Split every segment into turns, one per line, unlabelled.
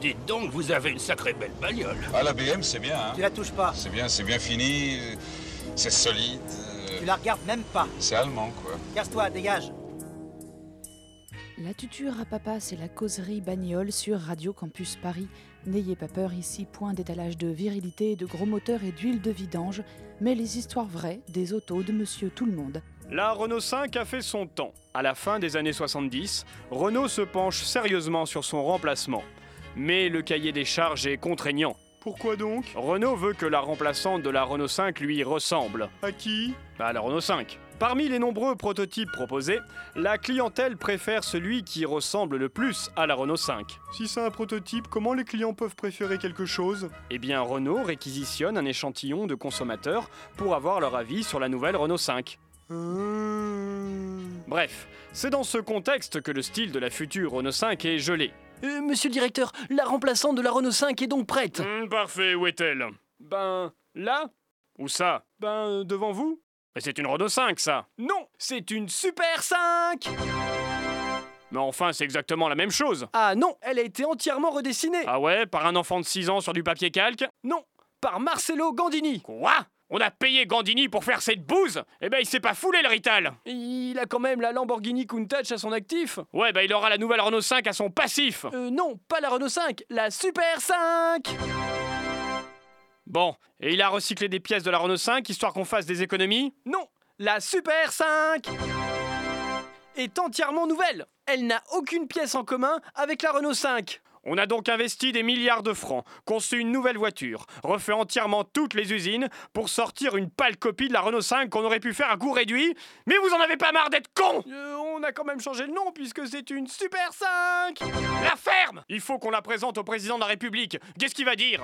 Dites donc, vous avez une sacrée belle bagnole.
Ah, la BM, c'est bien, hein
Tu la touches pas.
C'est bien, c'est bien fini, euh, c'est solide, euh,
Tu la regardes même pas.
c'est allemand, quoi.
Casse-toi, dégage.
La tuture à papa, c'est la causerie bagnole sur Radio Campus Paris. N'ayez pas peur ici, point d'étalage de virilité, de gros moteurs et d'huile de vidange, mais les histoires vraies des autos de monsieur tout le monde.
La Renault 5 a fait son temps. À la fin des années 70, Renault se penche sérieusement sur son remplacement. Mais le cahier des charges est contraignant. Pourquoi donc Renault veut que la remplaçante de la Renault 5 lui ressemble. À qui À la Renault 5. Parmi les nombreux prototypes proposés, la clientèle préfère celui qui ressemble le plus à la Renault 5. Si c'est un prototype, comment les clients peuvent préférer quelque chose Eh bien, Renault réquisitionne un échantillon de consommateurs pour avoir leur avis sur la nouvelle Renault 5. Bref, c'est dans ce contexte que le style de la future Renault 5 est gelé.
Euh, monsieur le directeur, la remplaçante de la Renault 5 est donc prête.
Hmm, parfait, où est-elle Ben, là Ou ça Ben, devant vous Mais c'est une Renault 5, ça Non, c'est une Super 5 Mais enfin, c'est exactement la même chose
Ah non, elle a été entièrement redessinée.
Ah ouais, par un enfant de 6 ans sur du papier calque
Non, par Marcello Gandini.
Quoi On a payé Gandini pour faire cette bouse Eh ben, il s'est pas foulé, le Rital
Il a quand même la Lamborghini Countach à son actif.
Ouais, ben, il aura la nouvelle Renault 5 à son passif
Euh, non, pas la Renault 5, la Super 5
Bon, et il a recyclé des pièces de la Renault 5 histoire qu'on fasse des économies
Non, la Super 5 est entièrement nouvelle. Elle n'a aucune pièce en commun avec la Renault 5.
On a donc investi des milliards de francs, conçu une nouvelle voiture, refait entièrement toutes les usines pour sortir une pâle copie de la Renault 5 qu'on aurait pu faire à coût réduit, mais vous en avez pas marre d'être con
Euh, on a quand même changé le nom puisque c'est une Super 5
La ferme Il faut qu'on la présente au président de la République. Qu'est-ce qu'il va dire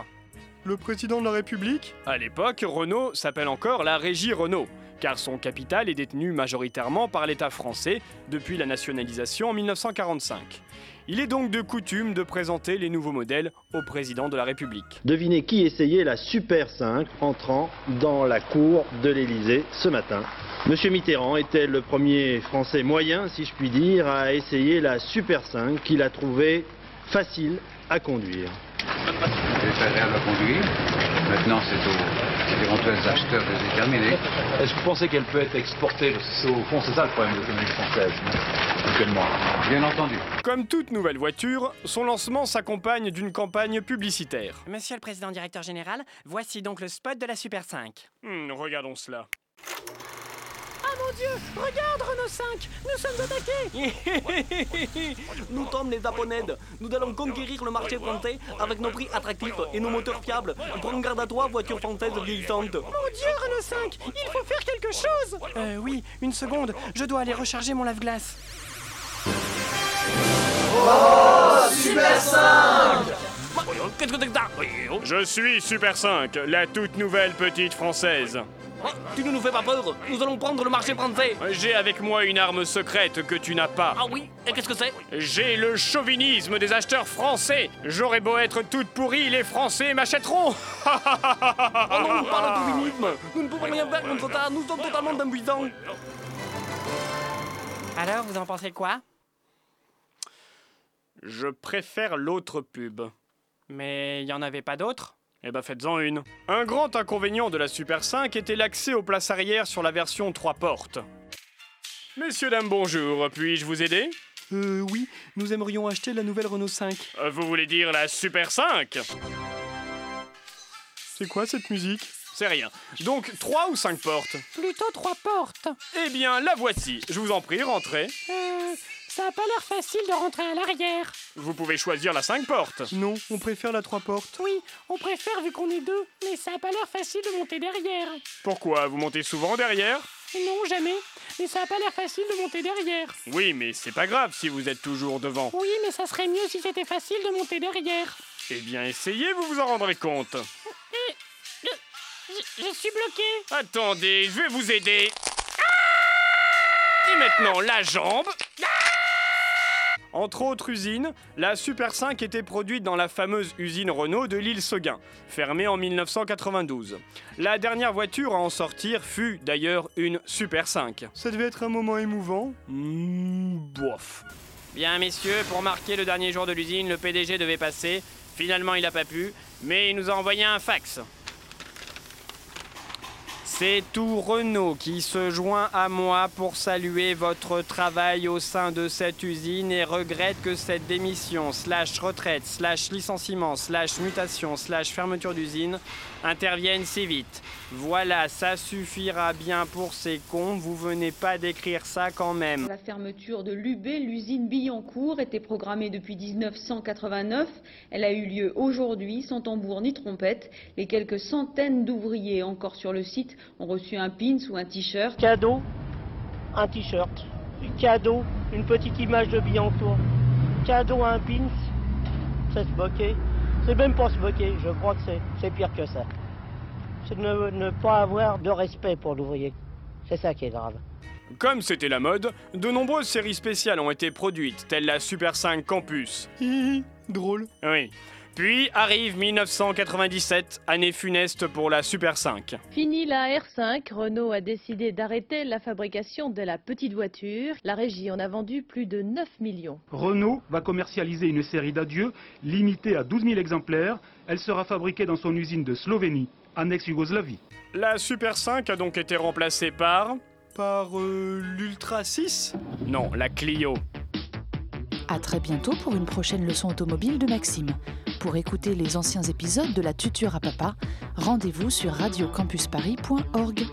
Le président de la République
À l'époque, Renault s'appelle encore la Régie Renault, car son capital est détenu majoritairement par l'État français depuis la nationalisation en 1945. Il est donc de coutume de présenter les nouveaux modèles au président de la République.
Devinez qui essayait la Super 5 entrant dans la cour de l'Élysée ce matin. Monsieur Mitterrand était le premier Français moyen, si je puis dire, à essayer la Super 5 qu'il a trouvée facile à conduire.
C'est agréable à conduire. Maintenant, c'est aux éventuels acheteurs de déterminer.
Est-ce que vous pensez qu'elle peut être exportée Parce que c'est au fond, c'est ça le problème de l'économie française, actuellement.
Bien entendu.
Comme toute nouvelle voiture, son lancement s'accompagne d'une campagne publicitaire.
Monsieur le président directeur général, voici donc le spot de la Super 5.
Hmm, regardons cela.
Ah mon dieu, regarde Renault 5, nous sommes attaqués Nous sommes les Japonais, nous allons conquérir le marché français avec nos prix attractifs et nos moteurs fiables. Prends garde à toi, voiture française vieillissante. Mon dieu Renault 5, il faut faire quelque chose Euh oui, une seconde, je dois aller recharger mon lave-glace.
Qu'est-ce que c'est que ça
Je suis Super 5, la toute nouvelle petite française.
Oh, tu ne nous fais pas peur, nous allons prendre le marché français
J'ai avec moi une arme secrète que tu n'as pas.
Ah oui, et qu'est-ce que c'est
J'ai le chauvinisme des acheteurs français. J'aurais beau être toute pourrie, les Français m'achèteront.
Oh non, on parle de communisme Nous ne pouvons rien faire contre ça, nous sommes totalement impuissants Alors, vous en pensez quoi
Je préfère l'autre pub.
Mais il n'y en avait pas d'autres
Eh ben faites-en une. Un grand inconvénient de la Super 5 était l'accès aux places arrière sur la version 3 portes. Messieurs, dames, bonjour. Puis-je vous aider
Euh oui, nous aimerions acheter la nouvelle Renault 5.
Euh, Vous voulez dire la Super 5
C'est quoi cette musique
C'est rien. Donc 3 ou 5 portes
Plutôt trois portes.
Eh bien, la voici. Je vous en prie, rentrez.
Euh, ça a pas l'air facile de rentrer à l'arrière.
Vous pouvez choisir la 5 portes.
Non, on préfère la trois portes. Oui, on préfère vu qu'on est deux, mais ça a pas l'air facile de monter derrière.
Pourquoi Vous montez souvent derrière
Non, jamais. Mais ça a pas l'air facile de monter derrière.
Oui, mais c'est pas grave si vous êtes toujours devant.
Oui, mais ça serait mieux si c'était facile de monter derrière.
Eh bien, essayez, vous vous en rendrez compte.
Je suis bloqué.
Attendez, je vais vous aider. Ah Et maintenant, la jambe. Ah Entre autres usines, la Super 5 était produite dans la fameuse usine Renault de l'île Seguin, fermée en 1992. La dernière voiture à en sortir fut d'ailleurs une Super 5.
Ça devait être un moment émouvant.
Mmh, bof. Bien, messieurs, pour marquer le dernier jour de l'usine, le PDG devait passer. Finalement, il n'a pas pu, mais il nous a envoyé un fax. C'est tout Renault qui se joint à moi pour saluer votre travail au sein de cette usine et regrette que cette démission, slash retraite, slash licenciement, slash mutation, slash fermeture d'usine intervienne si vite. Voilà, ça suffira bien pour ces cons, vous venez pas d'écrire ça quand même.
La fermeture de l'UB, l'usine Billancourt, était programmée depuis 1989. Elle a eu lieu aujourd'hui, sans tambour ni trompette. Les quelques centaines d'ouvriers encore sur le site ont reçu un pins ou un t-shirt.
Cadeau, un t-shirt. Cadeau, une petite image de Billancourt. Cadeau, un pins. C'est se moquer. C'est même pas se moquer, je crois que c'est, c'est pire que ça. C'est ne, ne pas avoir de respect pour l'ouvrier. C'est ça qui est grave.
Comme c'était la mode, de nombreuses séries spéciales ont été produites, telles la Super 5 Campus. Drôle. Oui. Puis arrive 1997, année funeste pour la Super 5.
Fini la R5, Renault a décidé d'arrêter la fabrication de la petite voiture. La régie en a vendu plus de 9 millions.
Renault va commercialiser une série d'adieux limitée à 12 000 exemplaires. Elle sera fabriquée dans son usine de Slovénie, annexe Yougoslavie.
La Super 5 a donc été remplacée par... Par euh, l'Ultra 6 Non, la Clio.
À très bientôt pour une prochaine leçon automobile de Maxime. Pour écouter les anciens épisodes de La Tuture à Papa, rendez-vous sur radiocampusparis.org.